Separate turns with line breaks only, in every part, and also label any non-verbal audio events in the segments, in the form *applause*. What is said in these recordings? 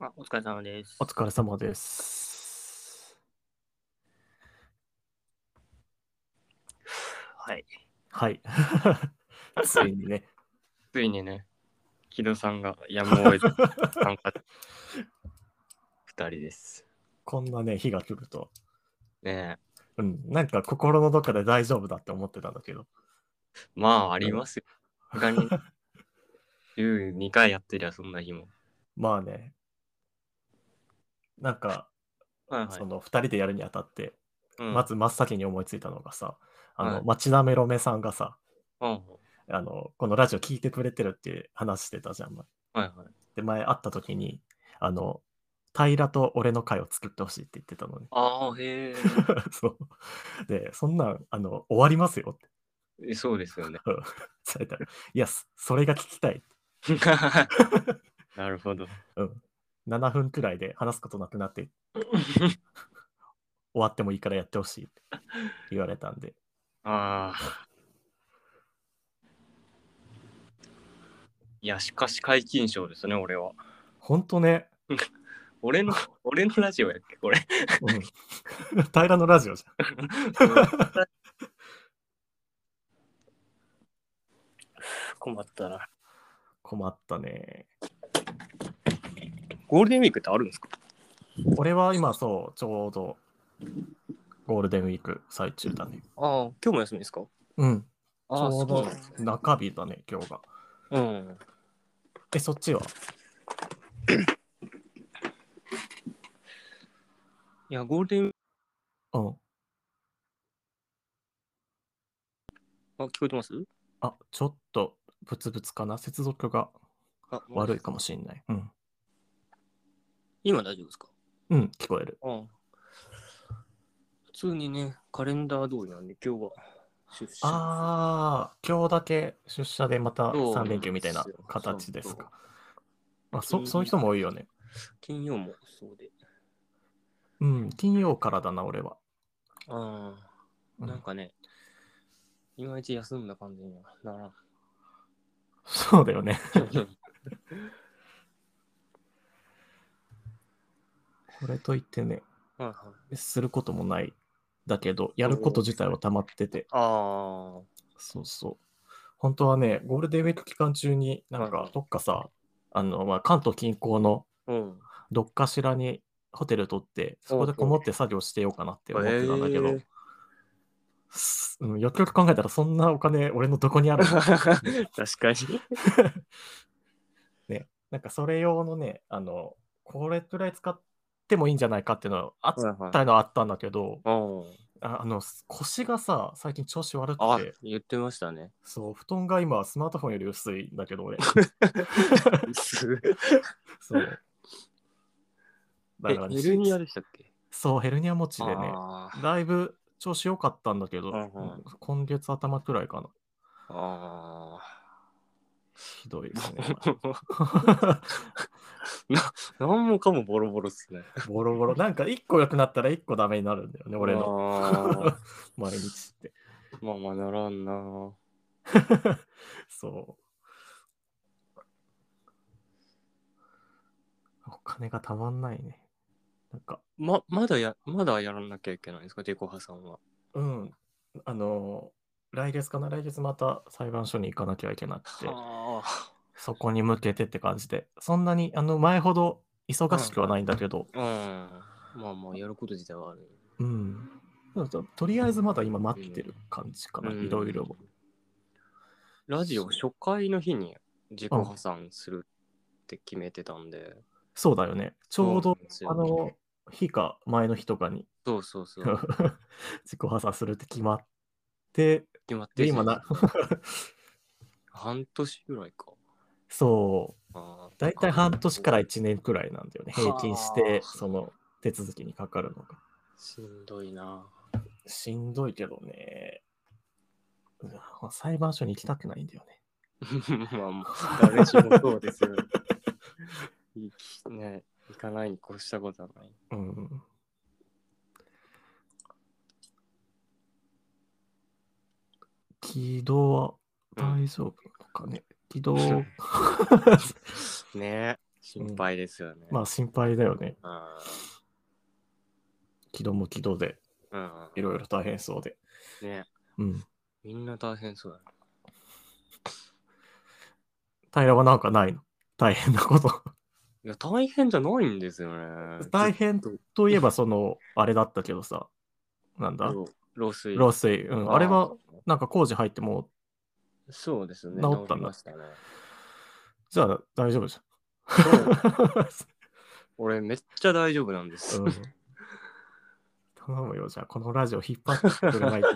あお疲れ様です。
お疲れ様です。
はい。 *laughs*
はい。ついにね。
ついにね、木戸さんがやむを得ず参 *laughs* 加。二人です。
こんなね、日が来ると。
ね
うん。なんか心のどっかで大丈夫だって思ってたんだけど。
え。まあ、ありますよ。さすが *laughs* に。週2回やってりゃ、そんな日も。
まあね。なんか、
はいはい
そ。の2人でやるにあたって、
うん、
まず真っ先に思いついたのがさ、あの、
はい
町田メロメさんがさ、
うん。
あの、このラジオ聞いてくれてるって話してたじゃん。前
はいはい。
で、前会った時に、あの、平と俺の会を作ってほしいって言ってたのね。 *laughs*
ああ、へ
そう。で、そんなん、あの、終わりますよって。
ええ。そうですよ *laughs* ね。
されたら、いや、そそれが聞きたい。
なるほど。
7分くらいで話すことなくなって、終わってもいいからやってほしいって言われたんで、
ああ。いや、しかし解禁賞ですね、俺は。
ほんとね、
俺の、 *laughs* 俺のラジオやっけ、これ。
うん *laughs* 平らのラジオじゃ
*laughs* 困ったな。
ん。困ったね。
ゴールデンウィークってあるんですか
俺は今、そう、ちょうどゴールデンウィーク最中だね。
ああ、今日も休みですか
うん、ち
ああ、
ょう
そう
ど
なんですね
中日だね、今日が。
うん。
え、そっちはい
や、ゴールデンウィーク
うん。
あ聞こえてます
あ、ちょっと、ブツブツかな接続が
あ
悪いかもしんない。うん。
今大丈夫ですか
うん、聞こえる。
うん。普通にね、カレンダー通りなんで、今日は出社。
ああ、今日だけ出社でまた
そう
3連休みたいな
そうそう
形ですか。まあ、
う
そ
ん
そういう人も多いよね。
金曜もそうで。
うん、金曜からだな、俺は。
ああ。
うん
なんかね、いまいち休んだ感じにはな *laughs* らん。
そうだよね。これといってね、
はいはい。
することもない。だけど、やること自体は溜まってて、
あ
そうそう。本当はね、ゴールデンウィーク期間中に、なん
はいは
か
い、
どっかさ、あの、まあ、関東近郊の
あ。
*laughs*
うん。
どっかしらにホテル取って、そこでこもって作業してようかなって思ってたんだけ
へ
ど
ー、
すうんよくよく考えたら、そんなお金、俺のどこにある
*laughs*
の
確か
*laughs*
に。
なんかそれ用のね、あの、これくらい使ってもいいんじゃないかっていうのはあっ
はいはい。
たのはあったんだけど、
うん
ああの、腰がさ、最近調子悪
あ
くて、、
言ってました
*laughs*
ね。
そう、布団が今、スマートフォンより薄いんだ
*laughs*
けど、俺。そう。
え
だから、、ね、
ヘルニアでしたっけ
そう、ヘルニア持ちでね、
あー
だいぶ調子良かったんだけど、
うんうん
今月頭くらいかな。
あ
ひどいです
*laughs*
ね。
ー。 *laughs* なんもかもボロボロっすね。
ボロボロ。なんか一個良くなったら一個ダメになるんだよね、俺の
の。
毎日って。
まあまあならんな。
そう。お金がたまんないね。なんか、
ま、まだや、まだやらなきゃいけないんですか、デコハさんは。
うん。あのー来月かな来月また裁判所に行かなきゃいけなくて、
は
そこに向けてって感じで、そんなに、あの、前ほど忙しくはないんだけど、
あ。うん。まあまあ、やること自体はある。
うん。だからとりあえずまだ今待ってる感じかな、
うん
いろいろ。
ラジオ初回の日に自己破産するって決めてたんで。
そうだよね。ちょうど、
そう
あ
なんですよ
の、日か前の日とかに
そうそうそう。
*laughs* 自己破産するって決まって、
決まって
で、
る
今な、 *laughs*
半年ぐらいか。
そう、
あー
大体半年から1年くらいなんだよね。平均し
は
て、
あ
その手続きにかかるのが。
しんどいな。 *laughs*
しんどいけどね。うわ裁判所に行きたくないんだよね。
まあまあ、誰しもそうですよ
*laughs*
ね。いきね、行かないに越したことはない。
うん。軌道は
うん
*laughs* 大丈夫なのかね。軌道、
ね心配ですよね。
まあ心配だよね。
あ
軌道も軌道で、
ー、
いろいろ大変そうで。
うん。ね
うん。
みんな大変そうだね。
平はなんかないの大変なこと。
いや、大変じゃないんですよね。
大変
ずっ
といえば、その、あれだったけどさ、なんだ
と漏水。
漏水。うん。あれは、なんか工事入っても
ー、そうですね。
治ったんだ
りましたね。
う、じゃあ大丈夫じ
そう
ゃ
俺、めっちゃ大丈夫なんです。
ん。うん、頼むよ、じゃあ、このラジオ引っ張ってく
*laughs*
れないと。
い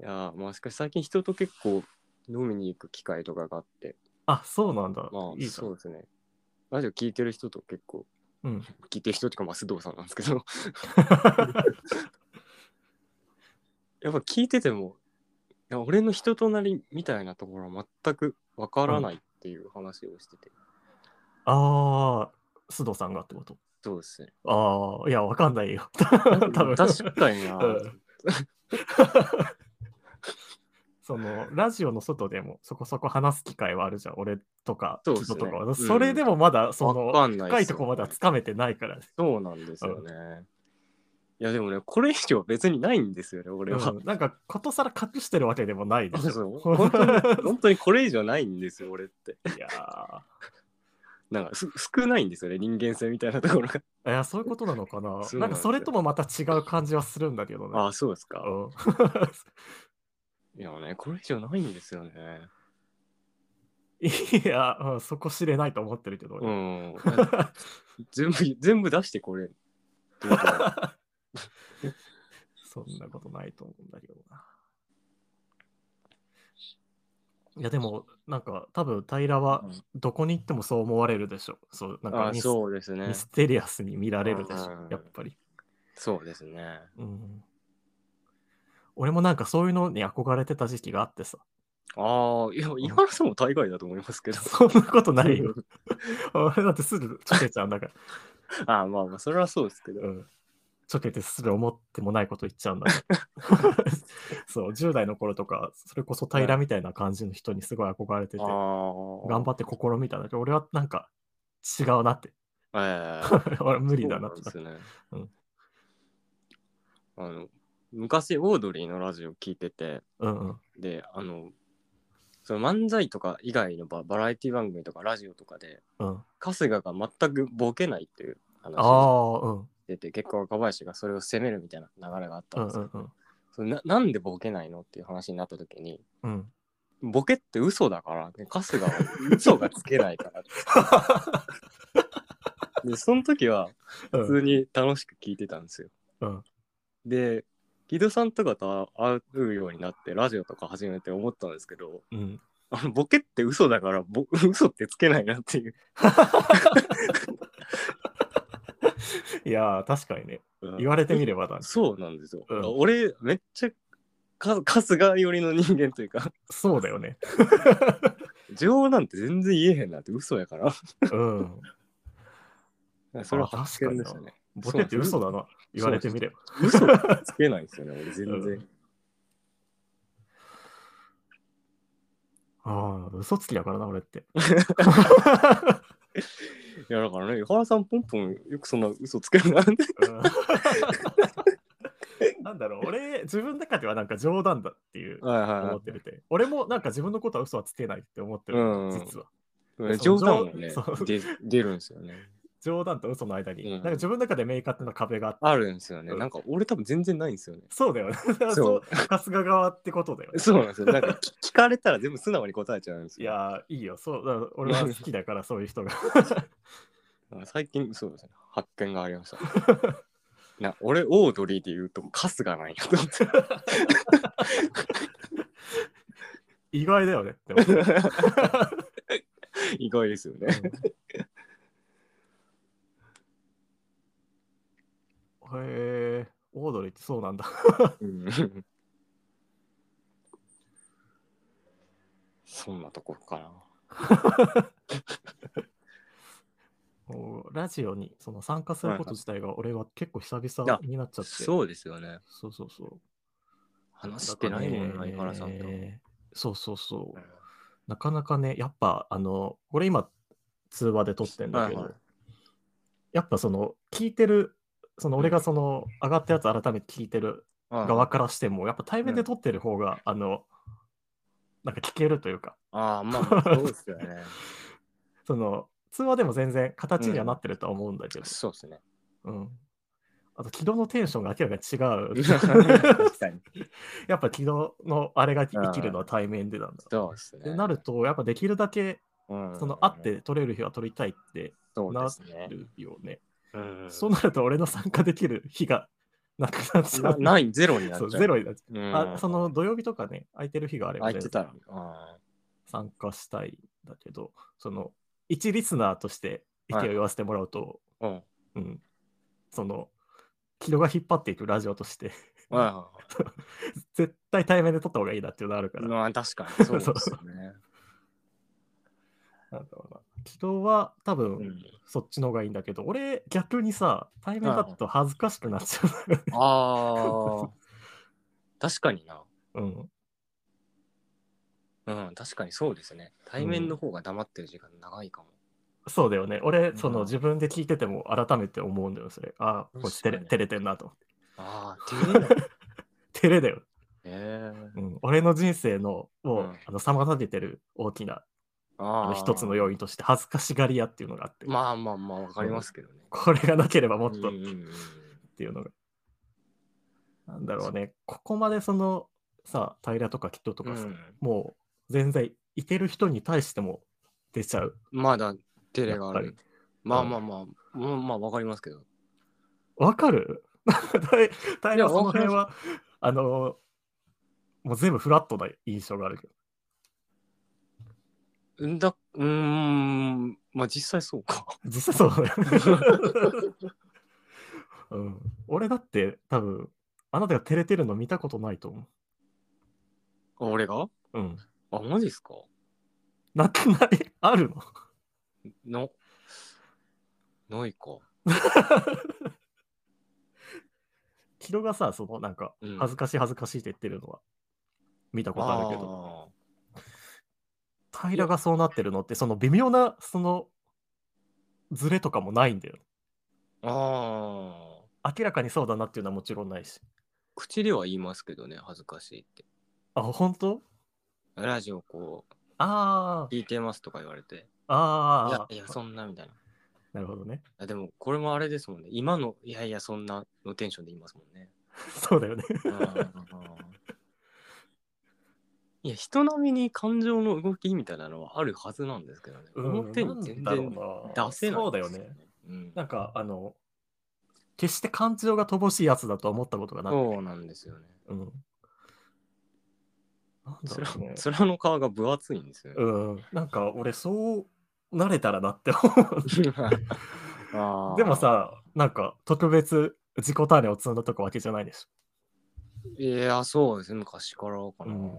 やー、まあ、しかし最近人と結構飲みに行く機会とかがあって、
あ、そうなんだ。
ま
い
あ、
いじゃ
そ
ん。
うですね。ラジオ聞いてる人と結構、
うん。
聞いてる人っていうか、まあ、須藤さんなんですけど、やっぱ聞いてても、いや俺の人となりみたいなところは全くわからないっていう話をしてて。
ああ、須藤さんがってこと
そうですね。
ああ、いや、わかんないよ。 *laughs* 多分
確かにな。
うんそのラジオの外でもそこそこ話す機会はあるじゃん、俺とか、
そう
人
ですね
とか
うん
は。それでもまだそ
わ
の、
かんない
深
っ
い
す
と
よ
こまではつかめてないから。
そうなんですよね。いや、でもね、これ以上別にないんですよね、俺は。
うんなんか、ことさら隠してるわけでもない
*laughs*
でしょ *laughs*
そう本当に、本当にこれ以上ないんですよ、俺って。
いや
なんかす少ないんですよね、人間性みたいなところが。
ーいや、そういうことなのかな。
ですよ
なんか、それともまた違う感じはするんだけどね。
ああ、そうですか。
うん
いやね、これ以上ないんですよね。
いや、うんそこ知れないと思ってるけど、
う
俺
ん。 *laughs* 全部、全部出して
*laughs*
これ。ってことは
そんなことないと思うんだけどな。いやでもなんか多分平は
うん
どこに行ってもそう思われるでしょ。そうなん
あ
か
あ、
ミス
そうですね
ミ。ステリアスに見られるでし
うん
ょ、やっぱり。
そうですね。
うん。俺もなんかそういうのに憧れてた時期があってさ。 *laughs*
ああ、いや、井原さんも大概だと思いますけど。
そんなことないよ。俺だってすぐちょけちゃうんだから。
*laughs* ああ、まあまあ、それはそうですけど。
うん。ちょけてすぐ思ってもないこと言っちゃう
*laughs*
んだから。そう、10代の頃とか、それこそ平みたいな感じの人にすごい憧れてて。頑
頑
張って試みたんだけど、俺はなんか違うなって。 *laughs*
ええ
俺無理だなって。
そうなんですね。
うん
あの昔オードリーのラジオ聞いてて
うんうん。
であのその漫才とか以外のババラエティ番組とかラジオとかで
うん、
春日が全くボケないっていう
あ
話を
あ、うん。
してて結構若林がそれを責めるみたいな流れがあっ
う
たん
ん
です
う
よ、
んうん。
それななんでボケないのっていう話になった時に
うん、
ボケって嘘だから、ね、春日は嘘がつけないから
*laughs*
でその時は
う
普通
ん
に楽しく聞いてたんですよ。
うん
で、木戸さんとかと会うようになって、ラジオとか始めて思ったんですけど、 *laughs*
うん。
あのボケって嘘だから、ぼ *laughs* 嘘ってつけないなっていう。
いやー、確かにね。言われてみればだね、
そうなんですよ。
うん
俺、めっちゃか春日寄りの人間というか、 *laughs*
そうだよね。
情なんて全然言えへんなって嘘やから。 *laughs*
うん。
それは発見でしたね。
ボケって嘘だな。言われてみれば。
嘘ってつけないんですよね、俺全然。
うんああ、嘘つきだからな、
*laughs*
俺って。
いや、だからね、井原さんポンポンよくそんな嘘つけるなん
*laughs*
て。
うん *laughs* なんだろう、俺、自分の中ではなんか冗談だっていう
はいはい
思ってるて、俺もなんか自分のことは嘘はつけないって思ってる、
*laughs* うん
実は。
はい。
そ
冗
う
談がね
そう、
で出るんですよね。
冗談と嘘の間に、
うん
なんか自分の中で明確な壁があって、
あるんですよね。
うん
なんか俺多分全然ないんですよね。
そうだよね。 *laughs* そう
そう
春日側ってことだよね。
そうなんですよ。なんか聞聞 *laughs* かれたら全部素直に答えちゃうんです
い
よ。
やー、いいよ。そうだから俺は好きだから、そういう人が。
なんか最近そうですね。発見がありました。 *laughs* な俺、オードリーで言うと、カスがないなと思って。
意外だよね。でも
*laughs* 意外ですよね。
うんへえ、オードリーってそうなんだ。
うんそんなとこかな。
もうラジオにその参加すること自体が俺は結構久々になっちゃって。
そうですよね。
そうそうそう。
話してないもん
だ
な、
からね
井原さんと。
そうそうそう。なかなかね、やっぱ、あの、これ今、通話で撮ってんだけど、
はいはい
やっぱその、聞いてる、その、俺がその、上がったやつ改めて聞いてる側
あ
からしても、やっぱ対面で撮ってる方が、あの、なんか聞けるというか、
あー、まあ、 *laughs* そうですよね。
その、通話でも全然形にはなってるとは思うんだけど、
そうですね。
うん。あと、軌道のテンションが明らかに違
*laughs*
う。
確かに。
やっぱ軌道のあれが生きるのは対面でなんだ。
そうです
って
ね。
なると、やっぱできるだけ、
うん
その、会って取れる日は取りたいって
そう
な
ですね。
るよね。
うん
そうなると、俺の参加できる日がなくなっちゃ
な
う。
ない、ゼロになっちゃう。
そう、ゼロになっちゃ
う
う。
ん。
あその土曜日とかね、空いてる日があれば
空
ね
いてたら。あ
参加したいんだけど、その、一リスナーとして意見を言わせてもらうと、
ーうん。はい
うん、その、軌道が引っ張っていくラジオとして、
は
絶対対面で撮った方がいいなっていうのがあるか
いはい。
ら、
まあ、確かに。そうですよね。
なんだろうな。軌道は多分、
うん
そっちの方がいいんだけど、俺逆にさ、対面だと恥ずかしくなっちゃうのよね。
ああ。確かにな。
うん。 *laughs*
うん、確かにそうですね。対面の方が黙ってる時間長いかも。
そうだよね。俺、その
うん
自分で聞いてても改めて思うんだよ、それ。ああ、こいつ照
確
れ
かに
照れてんなと思って。
ああ、照れない。
照れだよ。
え
*laughs*
え
うん。俺の人生のを、
うん
あの妨げてる大きなあ
あ
の
あ。
一つの要因として恥ずかしがり屋っていうのがあって、
まあまあまあ、わかりますけどね。
これがなければもっとっ
うんうんうん
ていうのが。なんだろうね。ここまでそのさ、平とかきっとと
う
かさ、
ん
もう全然いてる人に対しても出ちゃう。
まだ照れがあ
やっ
る。まあまあまあ、うんまあわかりますけど。
わかる *laughs* 大大
いや
量その辺は、あの、もう全部フラットな印象があるけど。
んだ、うーん、まあ実際そうか。
実際そうだよ、 *laughs* うん。俺だって多分、あなたが照れてるの見たことないと思
あ俺が
う。うん。
あ、マジっすか
なくないあるの
の、ないか。
キロがさ、そのなんか
うん、
恥ずかしい恥ずかしいって言ってるのは見たことあるけど、
ど。
平がそうなってるのって、その微妙な、その、ズレとかもないんだよ。
ああ。
明らかにそうだなっていうのはもちろんないし。
口では言いますけどね、恥ずかしいって。
あ、本当
ラジオこう、
あ
聞いてますとか言われて。
あ、
い
あ
や
あ、
いや、そんなみたいな。
なるほどね。 *laughs*
あでも、これもあれですもんね。今の、いやいや、そんなのテンションで言いますもんね。
そうだよね。
*laughs* いや、人並みに感情の動きみたいなのはあるはずなんですけどね。
うん
表に全然出せない
そ
ん
うだ
で
よ
す
ね。。
うん
なんか、あの、決して感情が乏しいやつだとは思ったことがなく
そうなんですよね。
て、うん。なんだ
面
ろうね。
面の皮が分厚いんですよね。
うん。なんか、俺、そうなれたらなって思う。
あー
でも、さ、なんか、特別自己種を積んだとかわけじゃないでしょ。
いや、そうですね。昔からかな。
うん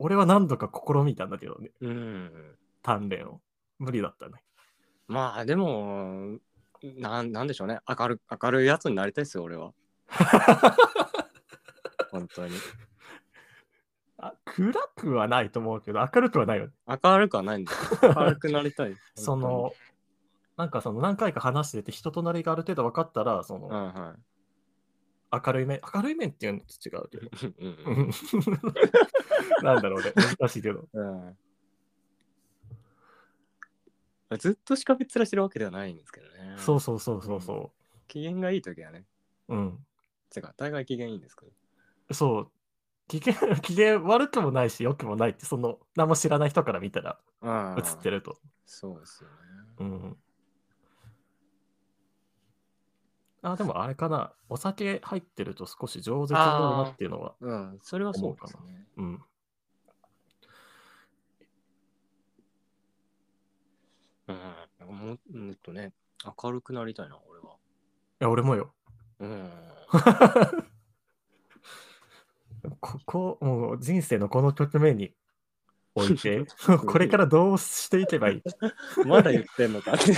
俺は何度か試みたんだけどね、
うん。
鍛錬を。無理だったね。
まあ、でも、なんなんでしょうね。明る明るいやつになりたいですよ、俺は。本当に。
あ暗くはないと思うけど、明るくはないよね。
明るくはないんだよ。明るくなりたい。
その、なんかその何回か話してて人となりがある程度分かったら、そ
本当に、
の
はいはい。
明るい面、明るい面っていうのと違うけど。
うん
うん *laughs* なんだろうね、難しいけど。
うんずっとしかべっ面してるわけではないんですけどね。
そうそうそうそうそ
機嫌がいい時はね。
う。うん。
てか、大概機嫌いいんですけど。
そう。機嫌、 *laughs* 機嫌悪くもないし、良くもないって、その、何も知らない人から見たら
あ
映って
る。
ると。
そうですよね。
うん。あ、でもあれかな。お酒入ってると少し饒舌だなっていうのは。
うん、それはそうですね。
うん。
うん。ももっとね、明るくなりたいな、俺は。
いや、俺もよ。
うん。
こ *laughs* こ、もう人生のこの局面にお
*laughs*
いて、これからどうしていけばいい
まだ言ってんのかって。 *laughs*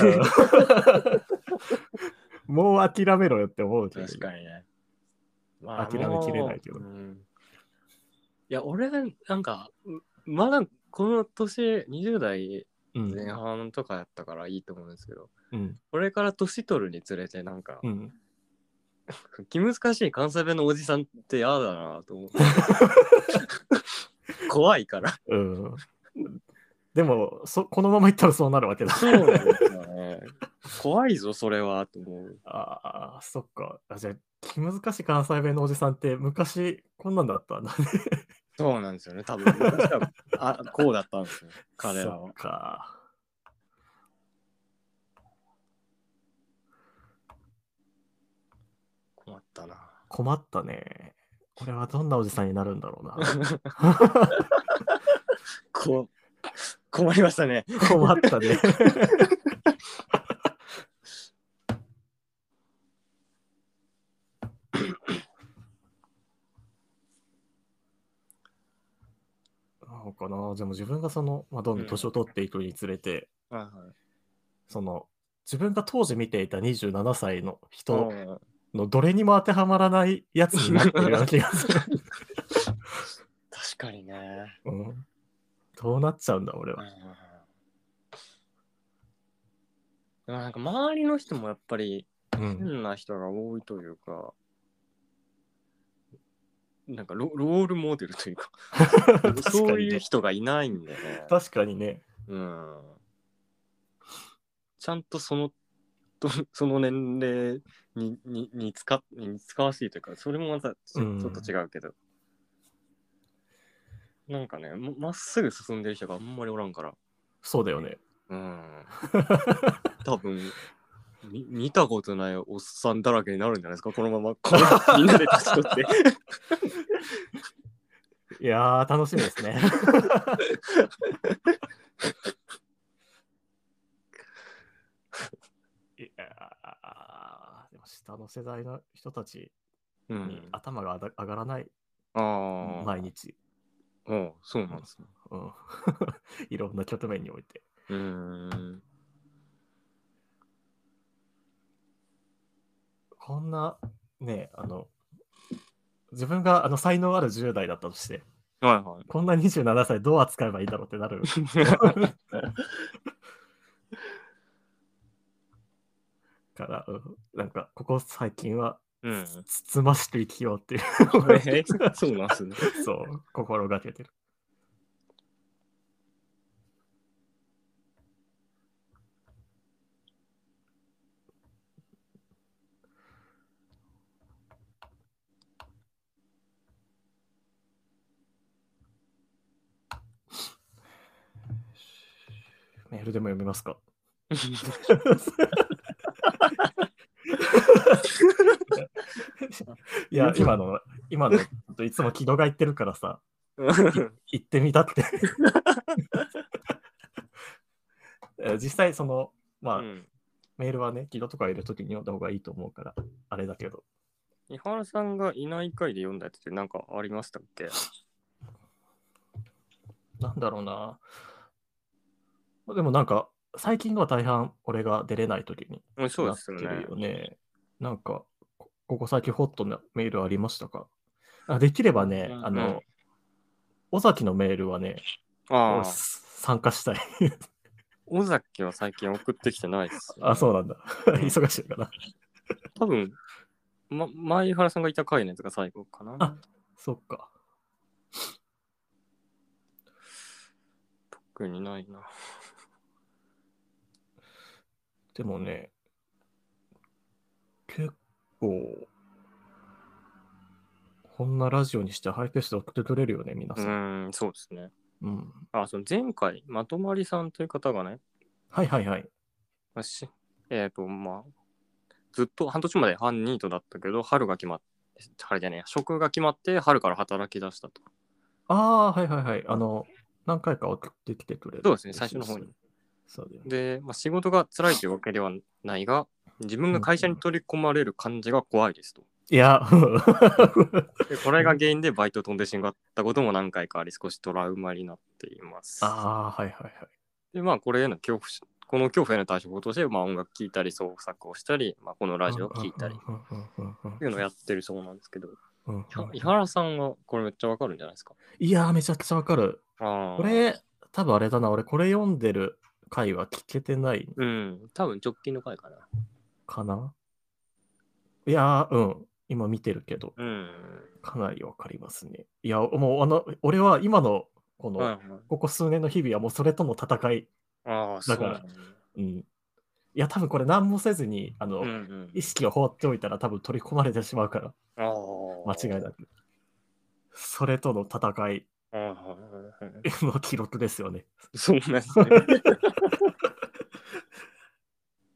もう諦めろよって思うけど。
確かにね。ま
諦めきれないけど
もううんいや、俺がなんか、うまだこの年、20代
うん。
前半とかやったからいいと思うんですけど、
うん。
これから年取るにつれて、なんか
う、ん。
気難しい関西弁のおじさんって嫌だなと *laughs* 思って。怖いから。
うん。でもそ、このままいったらそうなるわけだ。
そうなんですよね。怖いぞ、それは、と思う。
ああ、そっか。あじゃあ、気難しい関西弁のおじさんって昔こんなんだったんだね。
そうなんですよね。多分昔は *laughs* あ、こうだったんですよ。彼ら
*laughs* そ
は
っ。か。
困ったな。
困ったね。これはどんなおじさんになるんだろうな。
こ困りましたね。
困ったね。なんかな、でも自分がその、まあ、どんどん年を取っていくにつれて、
はいはい
その、自分が当時見ていた27歳の人
うん
のどれにも当てはまらないやつになってるような気がす *laughs* る。
確かにね。
うん、どうなっちゃうんだ、俺
うん
は。
でもなんか周りの人もやっぱり
うん。
変な人が多いというか、なんかロロールモデルという *laughs* か、
確かにね
そういう人がいないんでね。
確かにね。
うん。ちゃんとその、 *laughs* とその年齢ににに使に使わしいというか、それもまたち
うん
ちょっと違うけど。なんかね、ままっすぐ進んでる人があんまりおらんから。
そうだよね。
うん。多分み見たことないおっさんだらけになるんじゃないですか、このまま。 *laughs* このみんなで立ち取って。
いやー、楽しみですね。いやーでも下の世代の人たち
う
に
ん。
頭があだ上がらない、
ああ。
毎日、
うんそうなんですね。
うん、 *laughs* いろんな局面において。
うーん。
こんな、ね、あの、自分があの才能ある10代だったとして、
はいはい。
こんな27歳どう扱えばいいだろうってなる。 *laughs* から、うんなんか、ここ最近は、
うん。
つつましく生きようっていう
えー *laughs* そうなんすね。
*laughs* そう、心がけてる。メールでも読みますかいや、今の、今の、ちょっといつも木戸が言ってるからさ、行ってみた
*laughs*
って。えー実際、その、まあ、
うん
メールはね、木戸とかいるときに読んだ方がいいと思うから、あれだけど。
伊原さんがいない回で読んだやつってなんかありましたっけ
なんだろうな。でもなんか、最近のは大半俺が出れないときに
うんそう
な
で
っ
す
て
よ
る
ね。
よね。なんか、こここ最近ホットなメールありましたかあできればね、
うん
あ
うん
の、尾崎のメールはね、
あ
俺
あ、
参加したい。
尾崎は最近送ってきてないです、
あ、そうなんだ。
ん
*laughs* 忙しいから。
多分、ま、前伊原さんがいた回のやつが最後かな。
あそっか。
特にないな。
でもね、結構、こんなラジオにしてハイペースで送ってくれるよね、皆
う
さん。
ーん、そうですね。
うん。
あ、その前回、まとまりさんという方がね、
はいはいはい。
まあしえっ、と、まあ、ずっと半年まで半ニートだったけど、春が決まって、春じゃねえ、職が決まって、春から働き出したと。
ああー、はいはいはい。あの、何回か送ってきてくれる。
そうですね最初の方に。
そうだよね。
で、まあ、仕事が辛いというわけではないが、自分が会社に取り込まれる感じが怖いですと。
いや、 *laughs*
でこれが原因でバイトを飛んでしまったことも何回かあり、少しトラウマになっています。
ああー、はいはいはい。
で、まあ、これへの恐怖し、この恐怖への対処法として、まあ、音楽聴いたり、創作をしたり、まあ、このラジオを聴いたり、っ
うんうんうんうんうん
ていうのをやってるそうなんですけど、
うんうん
伊原さんはこれめっちゃわかるんじゃないですか。
いやー、めちゃくちゃわかる。
ああ。
これ、多分あれだな、俺これ読んでる回は聞けてない
うん。多分直近の回かな。
かないやー、うん。今見てるけど、
うん。
かなりわかりますね。いや、もうあの、俺は今の、この、
はいはい
ここ数年の日々はもうそれとの戦い。
ああ、そ
だ
う
から
なんだね。
うん。いや、多分これ何もせずに、あの、
うんうん
意識を放っておいたら多分取り込まれてしまうから、
ああ。
間違いなく。それとの戦い
はいはいはいはい
の記録ですよね。
そうなん
*laughs*
ですね。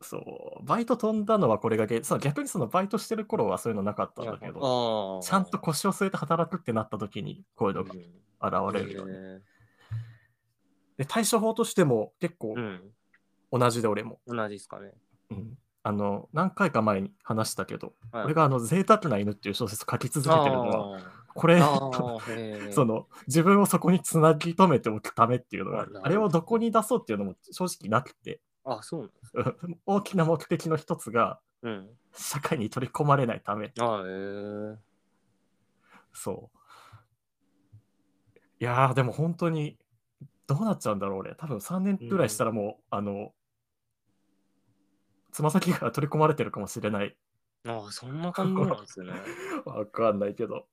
そう、バイト飛んだのはこれがけ、そう逆にそのバイトしてる頃はそういうのなかったんだけど、
ああ。
ちゃんと腰を据えて働くってなった時にこういうのが
うん
現れるよね。で、対処法としても結構
うん。
同じで俺も。
同じですかね。
うんあの何回か前に話したけど、
はい
俺があの「贅沢な犬」っていう小説書き続けてるのは、
あ
これ
あ。ああ。へえ
*laughs* その自分をそこにつなぎ止めておくためっていうの
あな
が
るほど
あれをどこに出そうっていうのも正直なくて
あ、そうなんですね。
うん大きな目的の一つが
うん。
社会に取り込まれないため
ああ、へえ。
そういやーでも本当にどうなっちゃうんだろう俺多分3年ぐらいしたらもう、あのつま先が取り込まれてるかもしれない
ああ、そんな感じなんです
*laughs*
ね。
わかんないけど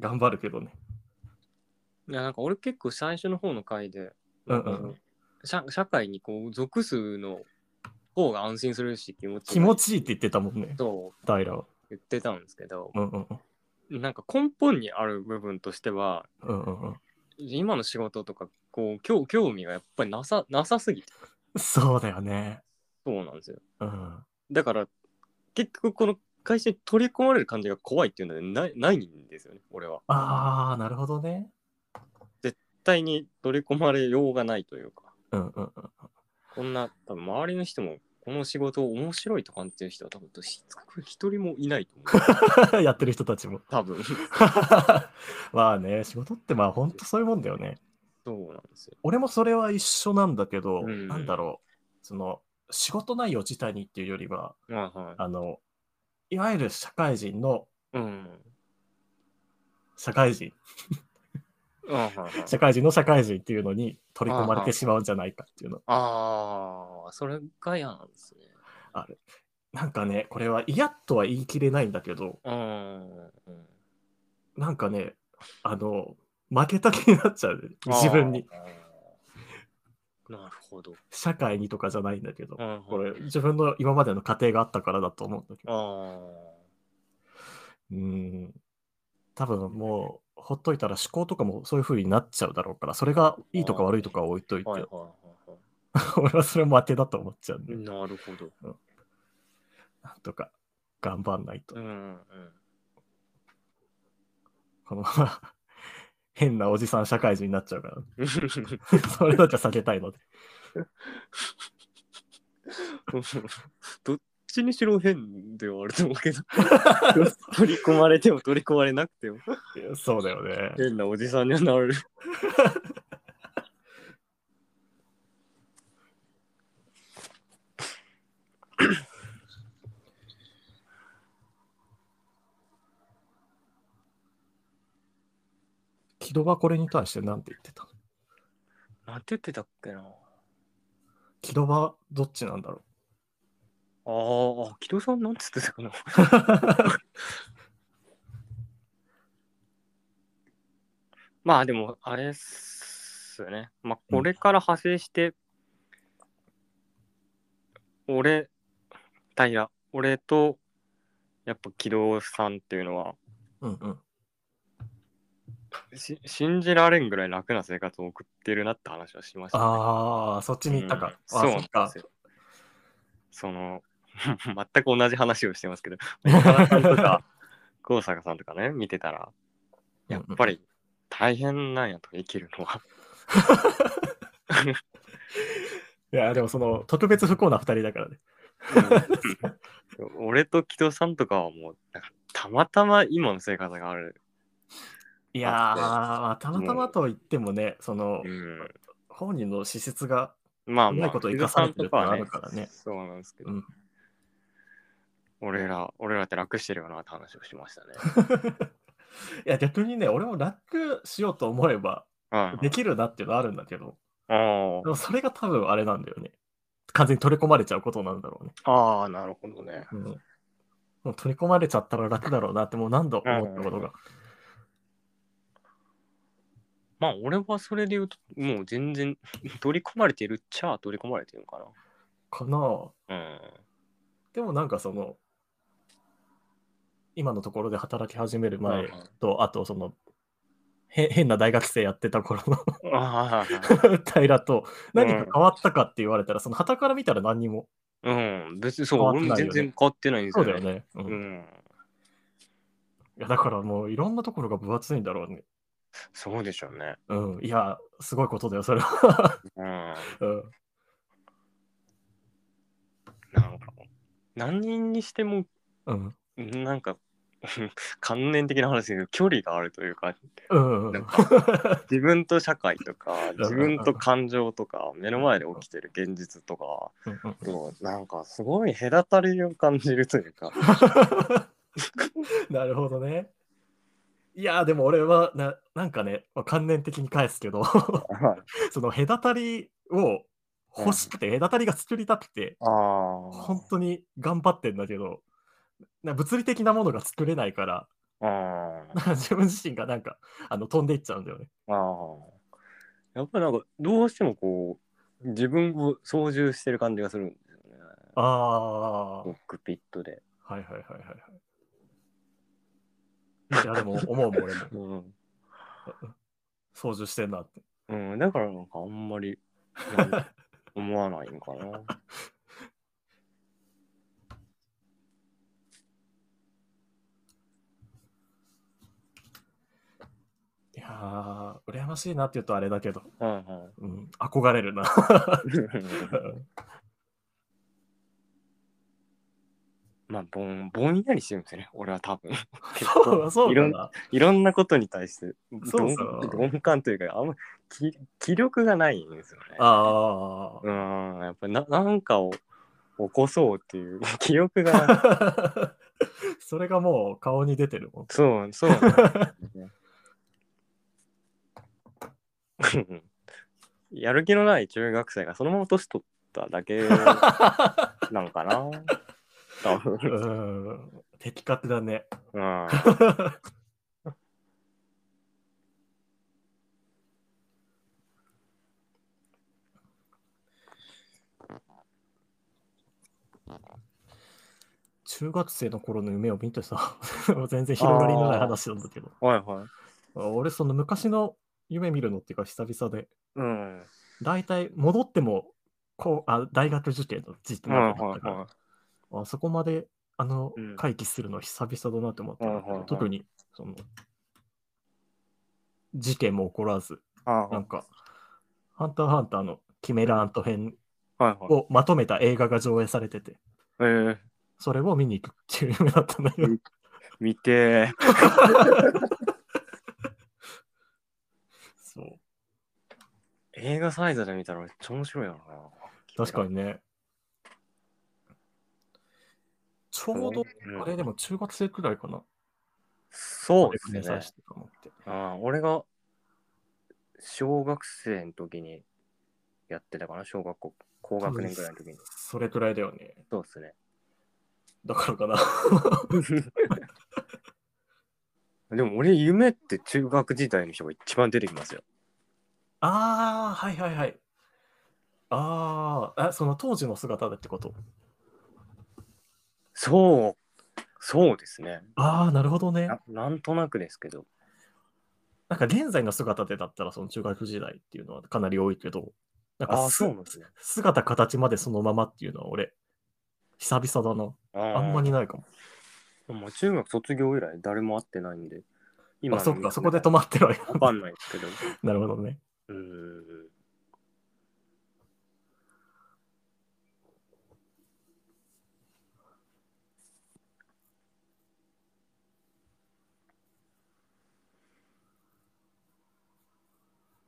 頑張るけどね
いや、なんか俺結構最初の方の回で、
うんうん
社社会にこう属すの方が安心するし気持ちいい
気持ちいいって言ってたもんね
と
平は
言ってたんですけど
うんうんうん
なんか根本にある部分としては
うんうんうん
今の仕事とかこう興興味がやっぱりなさなさすぎて
そうだよね
そうなんですよ
うん
だから結局この会社に取り込まれる感じが怖いっていうのはないないんですよね俺は
ああ、なるほどね。
絶対に取り込まれようがないというか
うんうんうん。
こんな多分周りの人もこの仕事を面白いと感じてる人は多分しつこく一人もいないと思
*laughs*
う
やってる人たちも。 *laughs*
多分
まあね、仕事ってまあ本当そういうもんだよね。
そうなんですよ
俺もそれは一緒なんだけど、
うん
なんだろう、その仕事内容自体にっていうよりは、
はいはい
あの、いわゆる社会人の
うん。
社会人、
あはいはい
社会人の社会人っていうのに取り込まれてしまうんじゃないかっていうの。
あー、それが嫌なんですね。
なんかね、これは嫌とは言い切れないんだけど、
うん。
なんかね、あの、負けた気になっちゃうね、自分に。
あー。なるほど。
社会にとかじゃないんだけど、
うん
これ自分の今までの過程があったからだと思うんだけど、
あ
うん、多分もうほっといたら思考とかもそういう風になっちゃうだろうから、それがいいとか悪いとかは置いとい
あ。
て、
はいはいはいは
俺はそれも当てだと思っちゃうん
い。
で、
なるほど。
なんとか頑張んないと。
うんうん。
このまま変なおじさん社会人になっちゃうから、
う
それだけは避けたいので。
んどっちにしろ変ではあると思うけど取り込まれても取り込まれなくても
いやそうだよね。
*laughs* 変なおじさんにはなる
木戸はこれに対して何て言ってた
なんて言ってたっけな
木戸はどっちなんだろ
あーあ木戸さんなんて言ってたかなまあでも、あれっすよね。まあ、これから派生して、俺、平、俺と、やっぱ木戸さんっていうのは、
う。うんうん。
し信じられんぐらい楽な生活を送ってるなって話はしました、
ああ、そっちに行った
うん
か。
そうな
あ
ん
そっ
で
か
す。よ。その、 *laughs* 全く同じ話をしてますけど、 *laughs* 岡田さんと
*laughs*
か、高坂さんとかね、見てたら、やっぱり大変なんやと、生きるのは。
いや、でもその特別不幸な2人だからね。
うん *laughs* 俺と木戸さんとかはもうなんかたまたま今の生活がある、
いやー、まあ、たまたまと言ってもね、その
うん、
本人の資質が、
まあ
うま
まあ
いこと
木
生
戸
かさ
さ
れ
ん
てる
とか
っての
は
あ
ね
るからね
そうなんですけど、
うん
俺ら俺らって楽してるよなって話をしましたね
*laughs* いや、逆にね、俺も楽しようと思えば
うん
できるなっていうのはあるんだけど、
あ
でもそれが多分あれなんだよね。完全に取り込まれちゃうことなんだろうね。
あああ、なるほどね。
うん、もう取り込まれちゃったら楽だろうなってもう何度思ったことが。
まあ、俺はそれで言うと、もう全然 *laughs* 取り込まれてるっちゃ取り込まれてるのか
かなあ
な。うん。
でもなんかその、今のところで働き始める前
うん
と、あとその、へ変な大学生やってた頃の
あ
*laughs* 平と何か変わったかって言われたら、その旗から見たら何にも。
あ、うん。別にそう、
変わって
俺も
ないよね
全然変わってないんです
そう
よ
だ
ね。
よね。うん
うん。
いやだからもういろんなところが分厚いんだろうね。
そうでしょうね。
うん、いや、すごいことだよ、それは。
うん。な
うん、
んか、何人にしても、
うん、
なんか、 *laughs* 観念的な話ですけど、距離があるという
*laughs*
か、
うん、う
なん
ん。
自分と社会とか、
ん
自分と感情とか、目の前で起きてる現実とか、そうなんかすごい隔たりを感じるというか。
*laughs* なるほどね。いや、でも俺はな、なんかね、まあ、観念的に返すけど、 *laughs* その隔たりを欲しくて、隔たりが作りたくて、
ああ
本当に頑張ってんだけど、な物理的なものが作れないから、
あー
なんか *laughs* 自分自身がなんかあの飛んでいっちゃうんだよね。
あー。 *laughs* やっぱりなんかどうしてもこう自分を操縦してる感じがするんですよね。
あ
コックピットで。
あ、はいはいはいはいはい。いや、でも思うもん俺
*laughs*
も
うん。
操縦してんなって。
うん、だからなんかあんまりなん
*laughs*
か思わないのかな。
いやー、羨ましいなって言うとあれだけど、
はいは
うん、憧れるな。
い。 *laughs* まあぼんぼんやりしてるんですよね。俺は多分。結構
*laughs* そう
い
だ
ろん
な。
いろんなことに対して
そう
鈍
そう
鈍感というかあんま気気力がないんですよね。
あ
うーん、やっぱりななんかを起こそうっていう *laughs* 記憶がない、
あ。 *laughs* それがもう顔に出てるもん。
そう、そうなんです
*laughs*
ね。うんやる気のない中学生がそのまま年取っただ
*laughs*
けなのかな。多分
うん、的確だね。 *laughs*
うん。
中学生の頃の夢を見てさ、 *laughs* 全然広がりのない話なんだけど、
はいはい。
俺、その昔の夢見るのっていうか、久々で、
うん。
大体戻ってもこうあ大学受験の時期
はいは
までだったから、
いは
あそこまであの、
うん
回帰するのは久々だなって思ったんだけど、
はいはいはい
特にその事件も起こらず、
い。あ
なんか、ハンターハンターのキメラアント編
はいはい。
をまとめた映画が上映されてて、
えー、
それを見に行くっていう夢だったんだけど
うん、見て
そう、
映画サイズで見たらめっちゃ面白いやろな。
確かにね。ちょうど、
うん
あれでも中学生くらいかな。
そうですね。
連載してたのって
ああ、俺が小学生の時にやってたかな、小学校、高学年ぐらいの時に。
それくらいだよね。
そうですね。
だからかな。
*laughs* でも俺、夢って中学時代の人が一番出てきますよ。
ああ、はいはいはい。あーあ、その当時の姿だってこと。
そう、そうですね。
ああ、なるほどね
な。なんとなくですけど。
なんか現在の姿でだったら、その中学時代っていうのはかなり多いけど、なん
あ
か
あ、
す
そうなんですね。
姿形までそのままっていうのは俺、久々だな。
あ
あ
ー
んまりないかも。
もう中学卒業以来誰も会ってないんで。
あ、そっか、そこで止
わ
まってるわけ
かんないですけど。
*laughs* なるほどね。
うーん。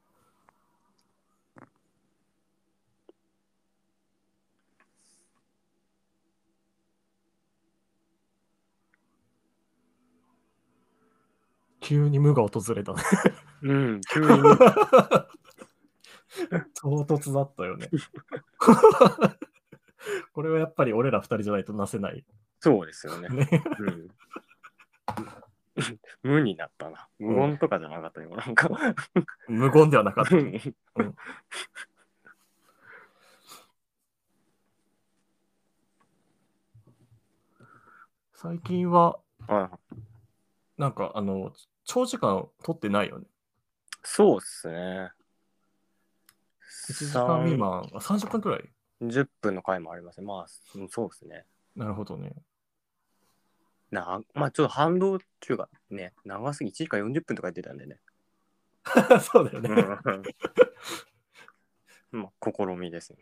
急に無が訪れたね。
うん、
*laughs*
急に。
唐突だったよね。 *laughs* これはやっぱり俺ら二人じゃないとなせない。
そうですよね。
*laughs* ね
うん、無になったな。無言とかじゃなかったよ、なんか。
無言ではな *laughs* かった。最近は、
はい
なんかあの、長時間撮ってないよね。
そうっすね。
1時間未満、あ30分くらい。
10分の回もありますね。まあ、うんそうですね。
なるほどね。 *laughs*
なまあ、ちょっと反動っていうかね、長すぎ、1時間40分とか言ってたんでね。
そうだよね。
*laughs* まあ、試みですね。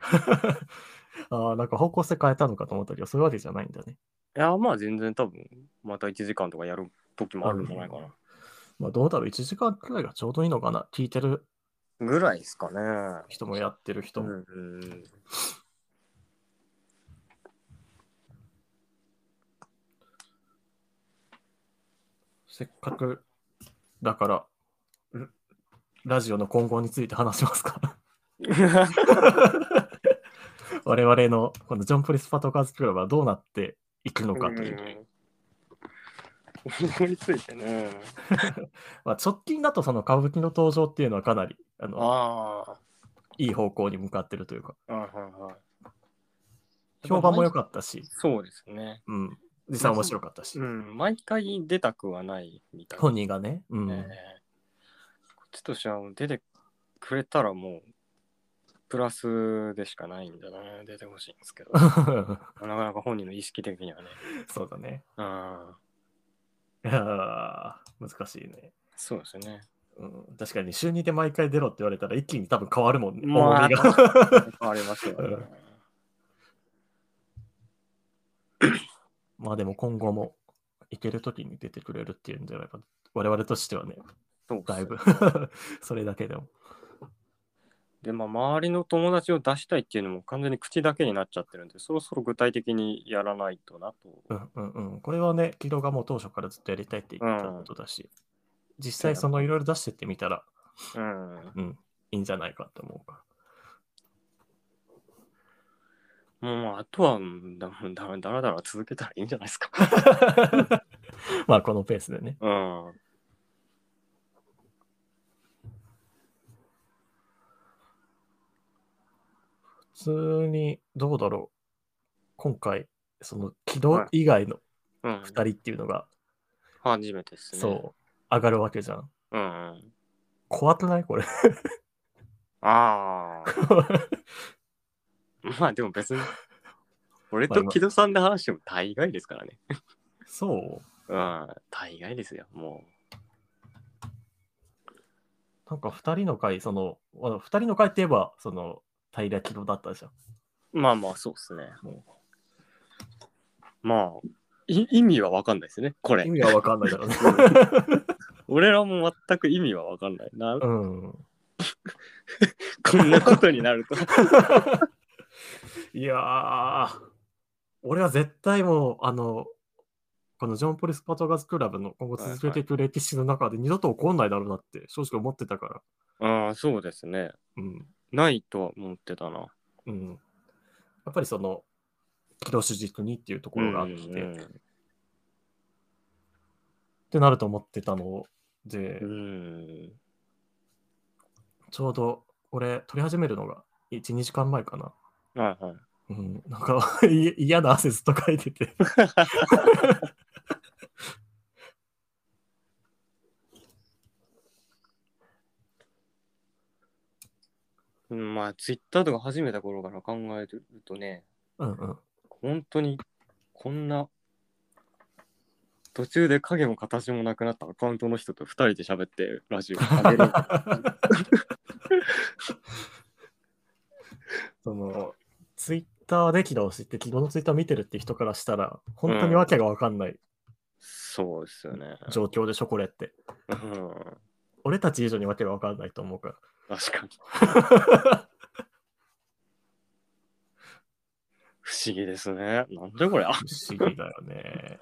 ああ、なんか方向性変えたのかと思ったけど、そういうわけじゃないんだね。
いや、まあ、全然多分、また1時間とかやる時もあるんじゃないかな。
まあどうだろう、1時間くらいがちょうどいいのかな。聞いてる
ぐらいですかね。
人もやってる人
う
も。
んうん、
せっかくだから、んラジオの今後について話しますか。 *laughs* 我々のこのジョンプリスパトカーズクラブはどうなっていくのかという。
これについてね。
まあ、直近だとその歌舞伎の登場っていうのはかなりあの
あ
いい方向に向かってるというか、
あ。はいはいはい。
評判も良かったし、
そうですね。
うん、実際面白かったし
う、ん。毎回出たくはないみたい
本人がね、うん
なね。こっちとしてはもう出てくれたらもう、プラスでしかないんだな。出てほしいんですけ
*laughs*
ど。なかなか本人の意識的にはね。
そうだね。
うん。
いやー難しいね。
そうですね。
うん、確かに週2で毎回出ろって言われたら一気に多分変わるもんね。
まあ
重みが *laughs*
ありますよね。
まあでも今後も行ける時に出てくれるっていうんであれば、我々としてはね、
そうっす
だいぶ *laughs* それだけでも。
で、まあ、周りの友達を出したいっていうのも完全に口だけになっちゃってるんで、そろそろ具体的にやらないと *laughs* なと。
うんうんうん。これはね、キロがもう当初からずっとやりたいって言ってたことだし、実際そのいろいろ出してってみたら、
うん。
うん、いいんじゃないかと思うか
もう、あとは、うんだだだらだら続けたらいいんじゃない *laughs* ですか。
ら。 *laughs* まあこのペースでね。
うん。
普通にどうだろう今回その軌道
はい
以外の
うん、
2人っていうのが、
初めてですね。
そう上がるわけじゃん
う。うんうん。
怖くないこれ *laughs*
ああ。 *laughs* まあ、でも別に、俺
まあ
と
今
木戸さんで話しても大概ですからね。
そう
うん。大概ですよ、も
なんか2人の回その2人の回って言えばその平軌道だったじゃん
う。まあまあ、そうっすね。
も
まあ、い意味はわかんないですね、こ
う
れ
意。味は分かんないだろ
*laughs*
うね
俺らも全く意味はわかん *laughs* ない。な
うん
こんなことになると。
いやー俺は絶対もうあのこのジョン・ポリス・パトガーズ・クラブの今後続けていく歴史の中で二度と起こんないだろうなって正直思ってたから
*laughs* ああ、そうですね。
うん
ないとは思ってたな。
うん、やっぱりその軌道主軸にっていうところがあって、
うんうん
ってなると思ってたので、
うん。
ちょうど俺撮り始めるのが12時間前かな、
うん。はいはい。
うん、なんかい嫌な汗ずっとかいて
*laughs*
て
うんまあ、ツイッターとか始めた頃から考えてるとね、
うん、うん、
本当にこんな途中で影も形もなくなったアカウントの人と2人で喋ってラジオを上げ *laughs* る
そのツイッターで軌道を知って軌道のツイッター見てるって人からしたら本当にわけがわかんない
そうですよね。
状況でしょこれって、
うん、
俺たち以上にわけがわかんないと思うから
確かに。不思議ですね。なんでこれあ
不思議だよね。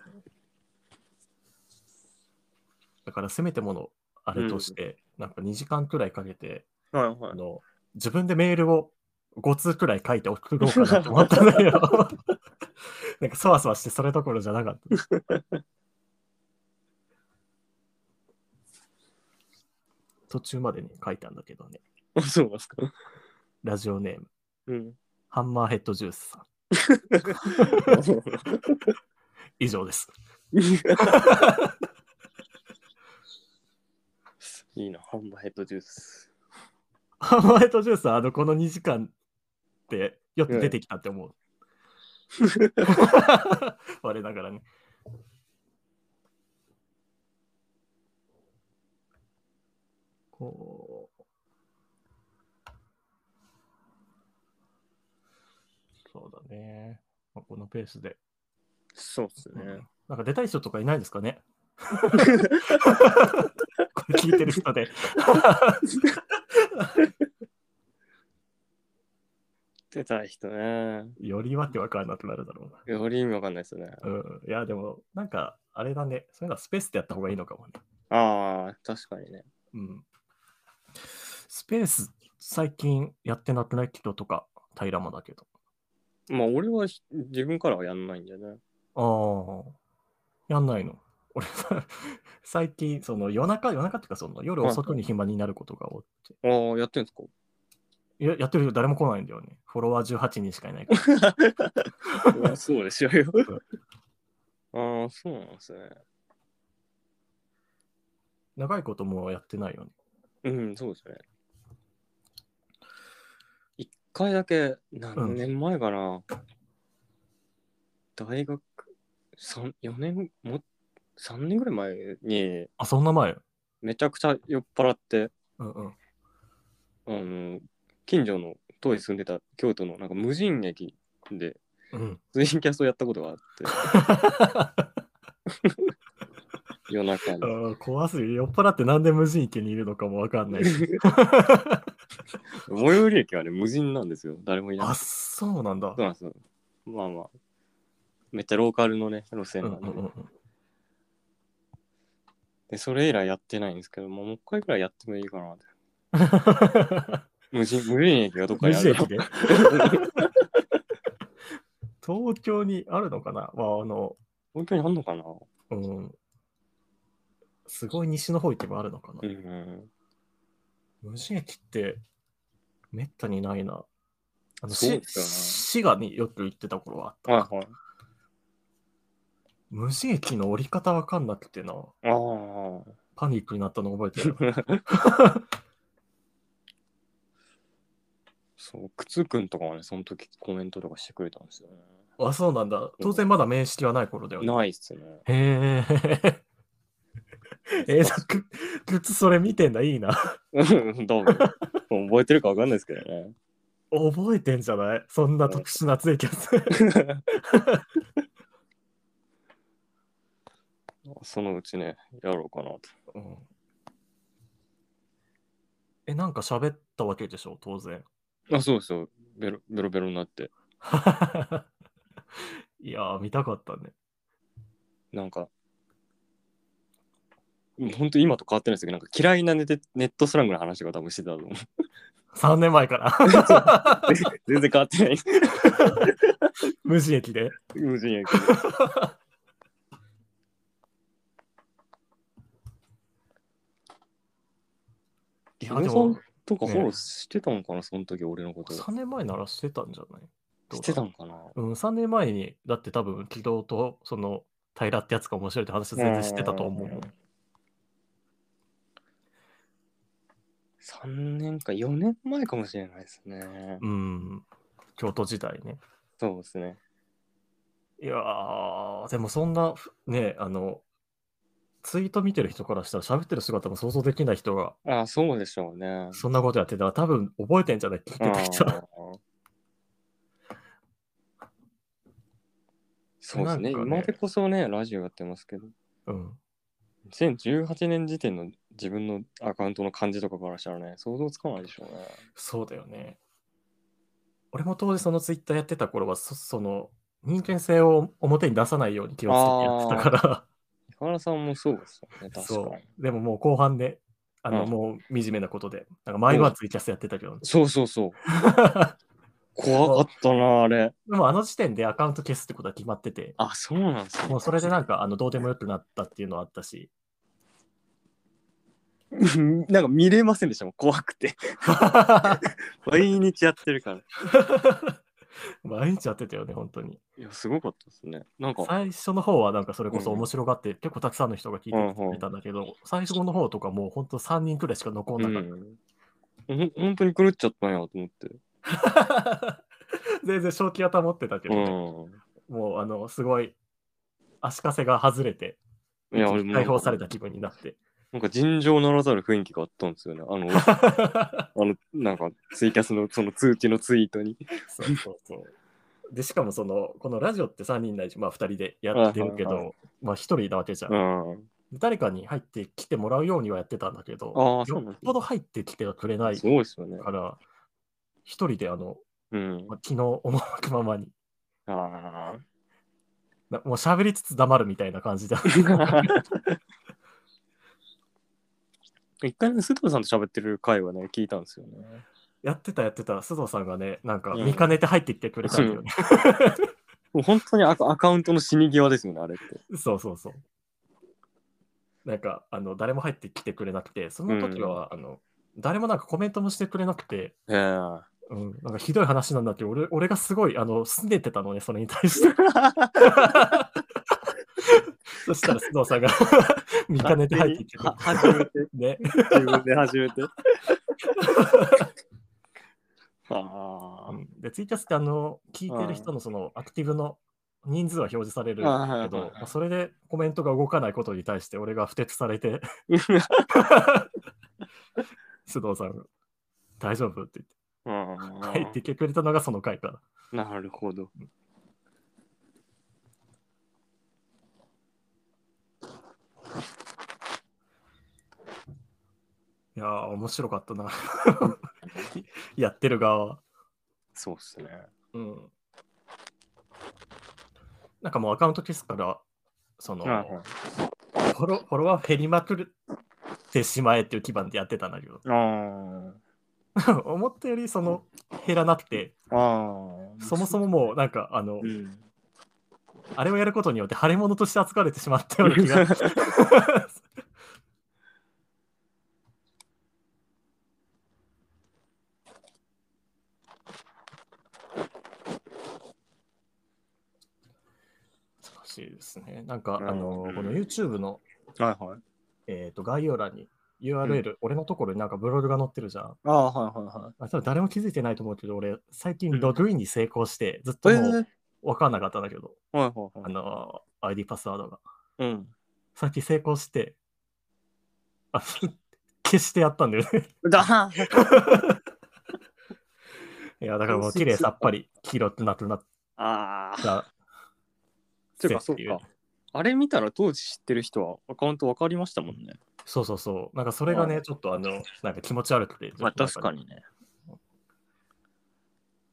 だからせめてものあれとして、なんか2時間くらいかけて、
はいは
あの自分でメールを5通くらい書いて送ろうかなと思ったんだよ。
*laughs*
なんかそわそわしてそれどころじゃなかった。
*laughs*
途中までに書いたんだけどね。
あそうですか。
ラジオネーム、
うん。
ハンマーヘッドジュースさん。以上です。
*laughs* いいな、ハンマーヘッドジュース。
ハンマーヘッドジュースはあのこの2時間でよって出てきたって思う。我ながらね。こう。そうだね。まあ、このペースで、
そうっす
う
ね
ん。なんか出たい人とかいないんですかねこれ聞いてる人で。 *laughs*
出たい人ね。
よりわけわかんなくなるだろうな。
より意味わかんないですね。
うん、いや、でも、なんか、あれだね。そういうのはスペースでやった方がいいのかもね。
ああ、確かにね。
うん。スペース、最近やってなくない人とか、平もだけど。
まあ、俺はひ自分からはやんないんだよね。
ああ。やんないの。俺 *laughs* さ、最近、その夜中、夜中っていうか、その夜遅くに暇になることが多くて。
ああ、やってんすか
いややってる人誰も来ないんだよね。フォロワー18人しかいないから。
*laughs* いやそうでしょうよ。 *laughs* ああ、そうなんですね。
長いこともうやってないよね。
うん、そうですね。一回だけ、何年前かな。大学三4年、も3年ぐらい前に、
あ、そんな前
めちゃくちゃ酔っ払って、
うんうん。
あの、近所の当時住んでた京都のなんか無人駅で、
うん。
ツインキャストやったことがあって、
*laughs*
夜中に。
あ怖すぎる。酔っ払ってなんで無人池にいるのかもわかんな
*laughs*
いし。
最寄り駅はね、無人なんですよ。誰もいない
あ、。そうなんだ
そう。なんですよ。まあまあ。めっちゃローカルのね、路
うん
線
う
なんんで、ね
うん
で、それ以来やってないんですけど、もうもう一回ぐらいやってもいいかなって。無人、無人駅がどっか
無
にあ
人
る。
駅で東京にあるのかなまあ、あの、
東京にあんのかな
うん。すごい西の方行けばあるのかな
う。ん。
無人駅って、めったにないな。あの、
そう
し
ですよね
滋賀によく行ってた頃はあった。
はいはい。
無人駅の折り方わかんなくてな。
ああ。
パニックになったの覚え
*laughs*
てる。
そう、靴くんとかはね、その時コメントとかしてくれたんですよね。
あ、そうなんだ。当然まだ面識はない頃だよね。
ないっすね。 *laughs*
へえ。えー、さく靴それ見てんだ、いいな。
うんどうも。もう覚えてるかわかんないですけど *laughs* ね。
覚えてんじゃないそんな特殊なツイキャス。
そのうちね、やろうかなと。
うんえ、なんか喋ったわけでしょ、当然。 *laughs*
あ、そうそう。ベロベロベロになって。
いやー、見たかったね。
なんか、本当今と変わってないですけど、なんか嫌いなネテネットスラングの話が多分してた
*laughs*
と思う。
3年前から。
全然変わってない。
*laughs* 無人駅で。
無人やけど。
*laughs*
ヒ
いや、
ロ
で
さ
も
ん、とかフォローしてたのかな、その時俺のこと。
3年前ならしてたんじゃないどうだろ
し
う
てたのかな
うん、3年前に、だって多分、軌道とその平ってやつが面白いって話は全然知ってたと思うもん。
3年か4年前かもしれないですね。
うん、京都時代ね。
そうですね。
いやー、でもそんな、ふね、あの、ツイート見てる人からしたら喋ってる姿も想像できない人が
ああ、そうでしょうね。
そんなことやってたら多分覚えてんじゃない聞いて
あ
た人は。
ーそうですね
なんかね
今でこそね、ラジオやってますけど、
うん。
2018年時点の自分のアカウントの感じとかからしたらね、想像つかないでしょうね。
そうだよね。俺も当時そのツイッターやってた頃はそ、その人間性を表に出さないように気をつけてやってたから。
井原さんもそうですよね、確か
*laughs* そう。でももう後半で、あの、
うん
もう惨めなことで。なんか毎晩ツイキャスやってたけど。
そうそう
*laughs*
そう。怖かったな、あれ。
でもあの時点でアカウント消すってことは決まってて、
あ、そうなんですか。
もうそれでなんかあのどうでもよくなったっていうのはあった *laughs* し、
うん *laughs* なんか見れませんでしたもん、怖くて。 *laughs* 毎日やってるから。
毎日やってたよね、本当に。
いや、すごかったですね。なんか、
最初の方はなんかそれこそ
うん
面白がって、結構たくさんの人が聞いてくれたんだけど、最初の方とかもう本当3人くらいしか残ん
う
なかった。
ん、ほん本当に狂っちゃったんやと思って。
*laughs* 全然正気は保ってたけ
う
どね、もうあのすごい足かせが外れて
ん。いや、俺も
解放され
た。
た気分にな
*laughs*
って。
なんか尋常ならざる雰囲気があったんですよね。
*laughs*
あの、あの、なんか、ツイキャスのその通知のツイートに。
そうそうそう。でしかもそのこのラジオって3人ないし、まあ、2人でやってるけ
はいはい
ど、まあ1人なわけじゃん。
うん。
誰かに入ってきてもらうようにはやってたんだけど、
ああそう
よ
なんだ
っぽど入ってきてはくれない
す
か
ごいですよね。
ら、1人であの、
うん。
まあ、昨日おもろくままに、
ああ。
なもう喋りつつ黙るみたいな感
*laughs*
じだ。
一回ね、須藤さんと喋ってる回はね、聞いたんですよね。
やってたやってた、須藤さんがね、なんか
うん
見かねて入ってきてくれたんだよね。
もう本当にアカアカウントの死に際ですよね、あれって。
*laughs* そうそうそう。なんかあの誰も入ってきてくれなくて、その時は、あの誰もなんかコメントもしてくれなくて、
ええ
うん、なんかひどい話なんだけど、俺俺がすごいあの拗ねてたのね、それに
*laughs*
対して。そしたら須藤さんが *laughs* 見かねて入ってきてくれ
は初めて。
て、ね、
自分で初
*laughs*
めて。あ
うんで、ツイキャスってあの聞いてる人のそのアクティブの人数は表示されるけど、
あはいはいはいはい
まあそれでコメントが動かないことに対して俺が不徹されて、 *laughs* 須藤さんが大丈夫って
あ。 *laughs* うん
言って入ってきてくれたのがその回から。
なるほど。
いやー、面白かったな。 *laughs* やってる側は。
そうっすね。
うん。なんかもうアカウント消すから、その、
あ
フォロフォロワー減りまくるってしまえっていう基盤でやってたんだけど、 *laughs*
あ。
思ったよりその減らなくて、
ああ。
そもそももうなんかあの、
うん。
あれをやることによって腫れ物として扱われてしまったよう
*laughs*
な気が。難しいですね。なんか、
うん
あの、この YouTube の、
はいはい。
えー、と概要欄に URL、俺のところになんかブログが載ってるじゃん。
ああ、はいはいはい。
あ多分誰も気づいてないと思うけど、俺、最近
うん
ログインに成功して、ずっ
え
と
え
もう分かんなかったんだけど、
はいはいは
あ
い。
の、ID パスワードが。
うん。
さっき成功して、あ *laughs* 消してやったんだよね。
だは。
いや、だからもう綺麗さっぱり黄色くなくなっ
*laughs* ああ。
た。
てか、そうか。あれ見たら当時知ってる人はアカウント分かりましたもんね。
そうそうそう。なんかそれが
う
ね、ちょっとあの、なんか気持ち悪くて。
まあ
ちょっ
確
と
か
なん。
にね。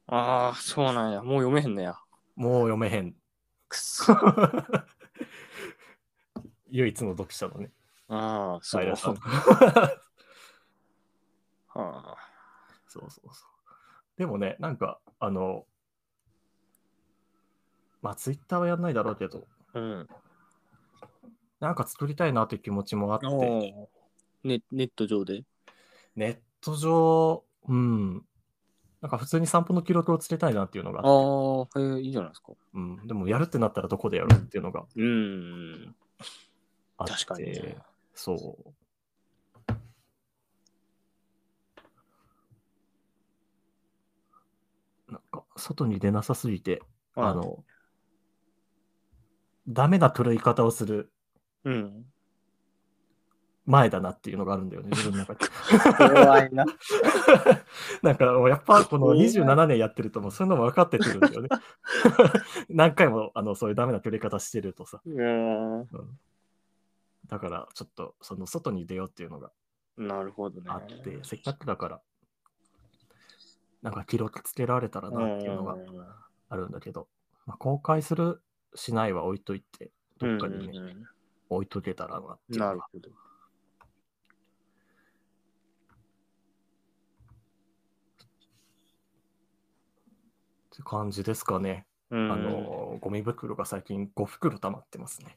ああ、そうなんや。もう読めへんねや。
もう読めへん。
くそ。あ
*laughs* 唯一の読者のね、
あ、そ
ライ
う
ダー。さん
は
そうそうそう。でもね、なんか、あの、まあ、ツイッターはやんないだろうけど、
あ。うん。
なんか作りたいなという気持ちもあって、
おネネット上で。
ネット上、うん、なんか普通に散歩の記録をつけたいなっていうのが
ああ
あって、、
へえいいじゃないですか。
うん、でもやるってなったらどこでやるっていうのが
うん。
あって、
確かにね。
そう。なんか外に出なさすぎて、あ、の、ダメな狂い方をする
うん。
前だなっていうのがあるんだよね、自分の
*laughs*
中で。
怖いな。
なんかもうやっぱこの
怖い
27年やってるともうそういうのも分かってくるんだ
*laughs*
よね。何回もあのそういうダメな狂い方してるとさ。
*laughs* うん。
だからちょっとその外に出ようっていうのが
なるほどね。
あって、せっかくだから、なんか記録つけられたらなっていうのがあるんだけど、まあ、公開する、しないは置いといて、どっかにね、
うんうんうん
置いとけたらなっていう
な
のが
るほど。
って感じですかね。
う
あ
ん、
の、ゴミ袋が最近5袋溜まってま
*laughs*
すね。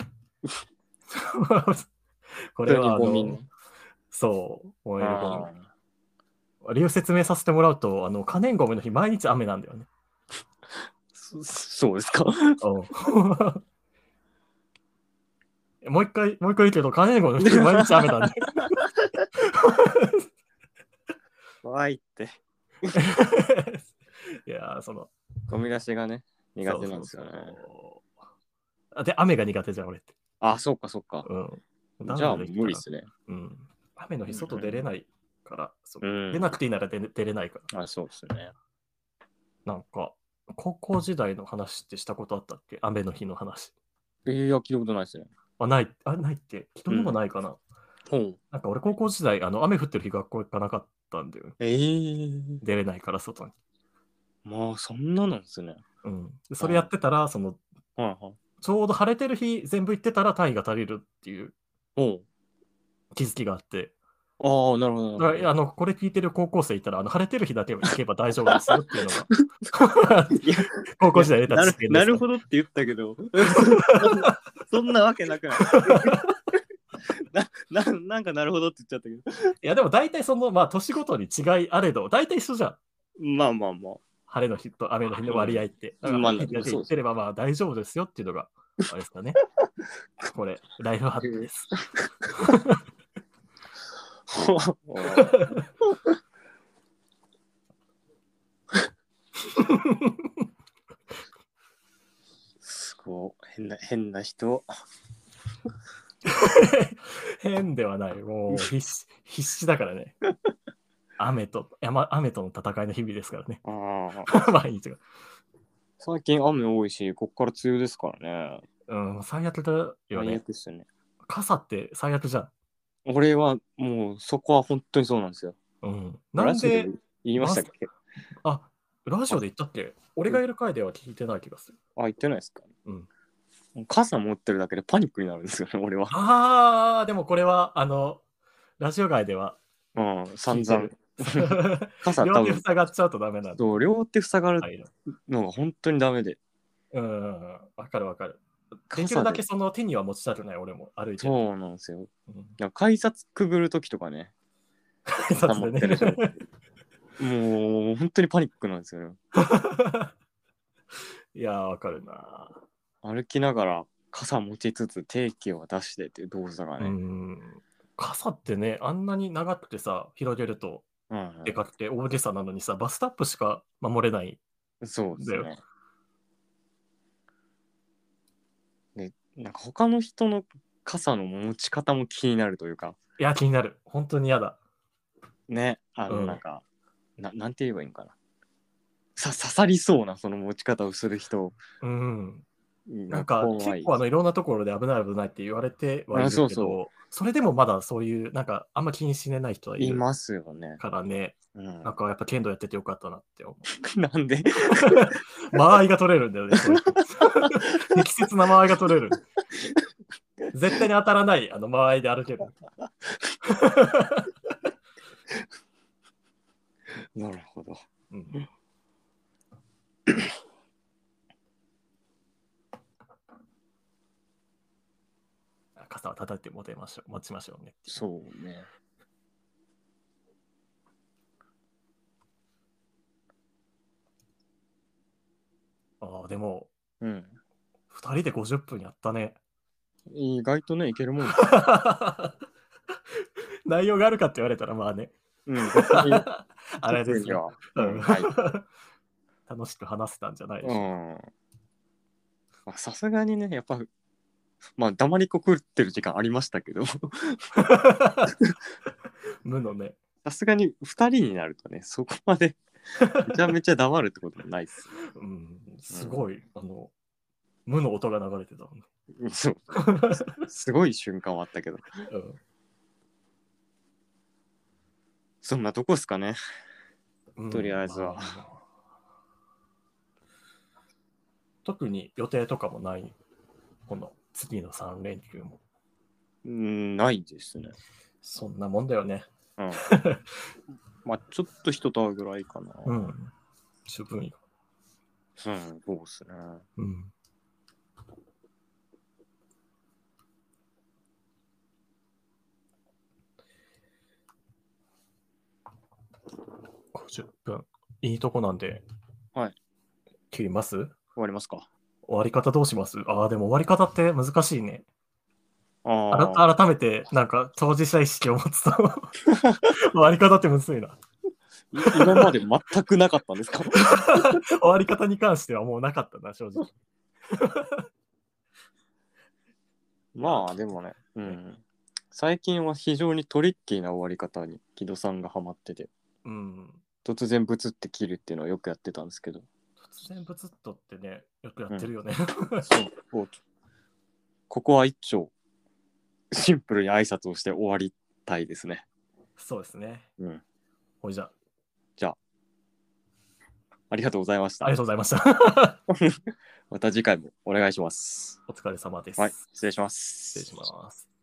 これはあ
普通にゴ
の
ミ、
そう、燃えるゴ
あ
ミ。理由説明させてもらうと、あの、可燃ゴミの日、毎日雨なんだよね。
ーそそうですか
うん *laughs* もう一回、もう一回言うけど、可燃ゴミの日、毎日雨な
*laughs*
んだよ。
*laughs* 怖いって。
いやー、その、
ゴミ出しがね、苦手なんですよね。
そうそうそうあで、雨が苦手じゃん、俺って。
あ、そうかそうか。
うん。
じゃあ
雨で
無理っすね。
うん。雨の日、外出れないから、そう出
ん。
なくていいなら出れ出れないか
あ、そうですね。
ら。なんか、高校時代の話ってしたことあったっけ雨の日の話。
えー、いや、聞いたことないですね。
あ、ない、あ、ないって、人のもないかな。
ほう。
なんか俺、高校時代、あの雨降ってる日、学校行かなかったんだよね。
えー、
出れないから、外に。
まあ、そんななんですね。
うん。でそれやってたら、その、
はいはい。
ちょうど晴れてる日、全部行ってたら単位が足りるっていう
ほ
気づきがあって、
う。ああ、なるほどな
だか
るほ
らあのこれ聞いてる高校生いたら、あの晴れてる日だけは行けば大丈夫ですよっていうのが
*laughs* ど。いや
*laughs* 高校時代得た
なる
知見です
なるほどって言ったけど、 *laughs* そんなわけなくない *laughs* なななんかなるほどって言っちゃったけ
いやでも大体その、まあ、年ごとに違いあれど、大体一緒じゃん。
ど。まあまあまあ。 *laughs*
晴れの日と雨の日の割合って。
う
だ
ん
から
まあ
晴れの日だけ行ってればまあ大丈夫ですよっていうのが、あれで
*laughs*
すかね。これ、ライフハックです。
すごい。変な、変な人。
変ではない。もう
*laughs*
必死必死だからね。雨と山雨との戦いの日々ですからね。 *laughs*
あー
毎日が。
最近雨多いし、こっから梅雨ですからね。
うん、最悪だよ
最
ね。
悪っすよね。
傘って最悪じゃん。
俺はもうそこは本当にそうなんですよ。
うん、なん
ラジ
で
オ、言いましたっけ
あラジオで言ったっけ俺がいる回では聞いてない気がする。
あ、言ってないですか、
うん
傘持ってるだけでパニックになるんですよね、俺
*laughs*
は。
ああ、でもこれは、あの、ラジオ外では
うん、
聞
散
いて
々
る。。
*laughs* 傘多
両手
分
塞がっちゃうとダメなんだ。
そう、両手塞がる
はい
のが本当にダメで。
うん、わかるわかる。
傘
で
で
きるだけその手には持ちたくない、俺も歩いてる。
そうなんですよ。
うん *laughs*
なんか改札くぐるときとかね、
改札でね
持ってるもう本当にパニックなんですよね。
いやー、わかるな、
歩きながら傘持ちつつ定期を出してっていう動作が
う
ね。
ん。傘ってね、あんなに長くてさ、広げると
うん
でかくて大げさなのにさ、バスタップしか守れない。
そうです
だ
ね。で、なんか他の人の傘の持ち方も気になるというか、
いや、気になる。本当に嫌だ。
ね、あ
う
の
ん
なんか、ななんて言えばいいんかな。さ刺さりそうなその持ち方をする人
うん。な
なん
か結構あのいろんなところで危ない危ないって言われてはいる
あ
け
そ
ど
う
そ
そ
れでもまだそういうなんかあんま気にしれない人はい
い
る
ますよね。
からね
うん
なんかやっぱ剣道やっててよかったなって思
*laughs* なんで
う *laughs* 間合いが取れるんだよねそう
*laughs*
いう人適切な間合いが取れる絶対に当たらないあの間合いで歩ける
なるほど。
うん *coughs* 傘は叩いて持てましょう持ちましょうねっていう
そうね。
ああでも
うん。
2人で50分やったね *laughs*
意外とね、いけるもん。
内容があるかって言われたらまあ *laughs* ね
うん。
あれですよ、
よ。
う
うん
ん
はい
楽しく話せたんじゃないで
う
し
ん。
ょうか
まあさすがにね、やっぱ、まあ、黙りこくってる時間ありましたけど、 *laughs* さ
無のね。
すがに2人になるとね、そこまでめちゃめちゃ黙るってこともないっす。 *laughs*
うん、すごい、あの、無の音が流れてたもんね。
そう。すごい瞬間はあったけど、
*laughs* うん
そんなとこっすかね。
うん
とりあえずは
まあ特に予定とかもない、この次の3連休も。
うん、ないですね。
そんなもんだよね。
うん。まあ、ちょっと人と会うぐらいかな。
うん。十分よ。
うん、そうっすね。
うん。50分。いいとこなんで。
はい。
切ります終
終わりますか。
わり方どうしますああ、でも終わり方って難しいね。あら
ああ、
改めて、なんか当事者意識を持つと、
*laughs*
終わり方ってむずいな。
い今まで全くなかったん
*laughs*
ですか
終わり方に関してはもうなかったな、正直。
まあ、でもね、うん。最近は非常にトリッキーな終わり方に木戸さんがハマってて、
うん。
突然ブツって切るっていうのはよくやってたんですけど、
突然ブツッとってね、よくやってるよね。 *laughs*
そうここは一丁、シンプルに挨拶をして終わりたいですね。
そうですね。
うん。
ほいじゃあ、
ありがとうございまし
あ
た
りが。とうござい
*laughs*
ました。
また次回もお願いします。
お疲れ様です。
はい、失礼します。
失礼します。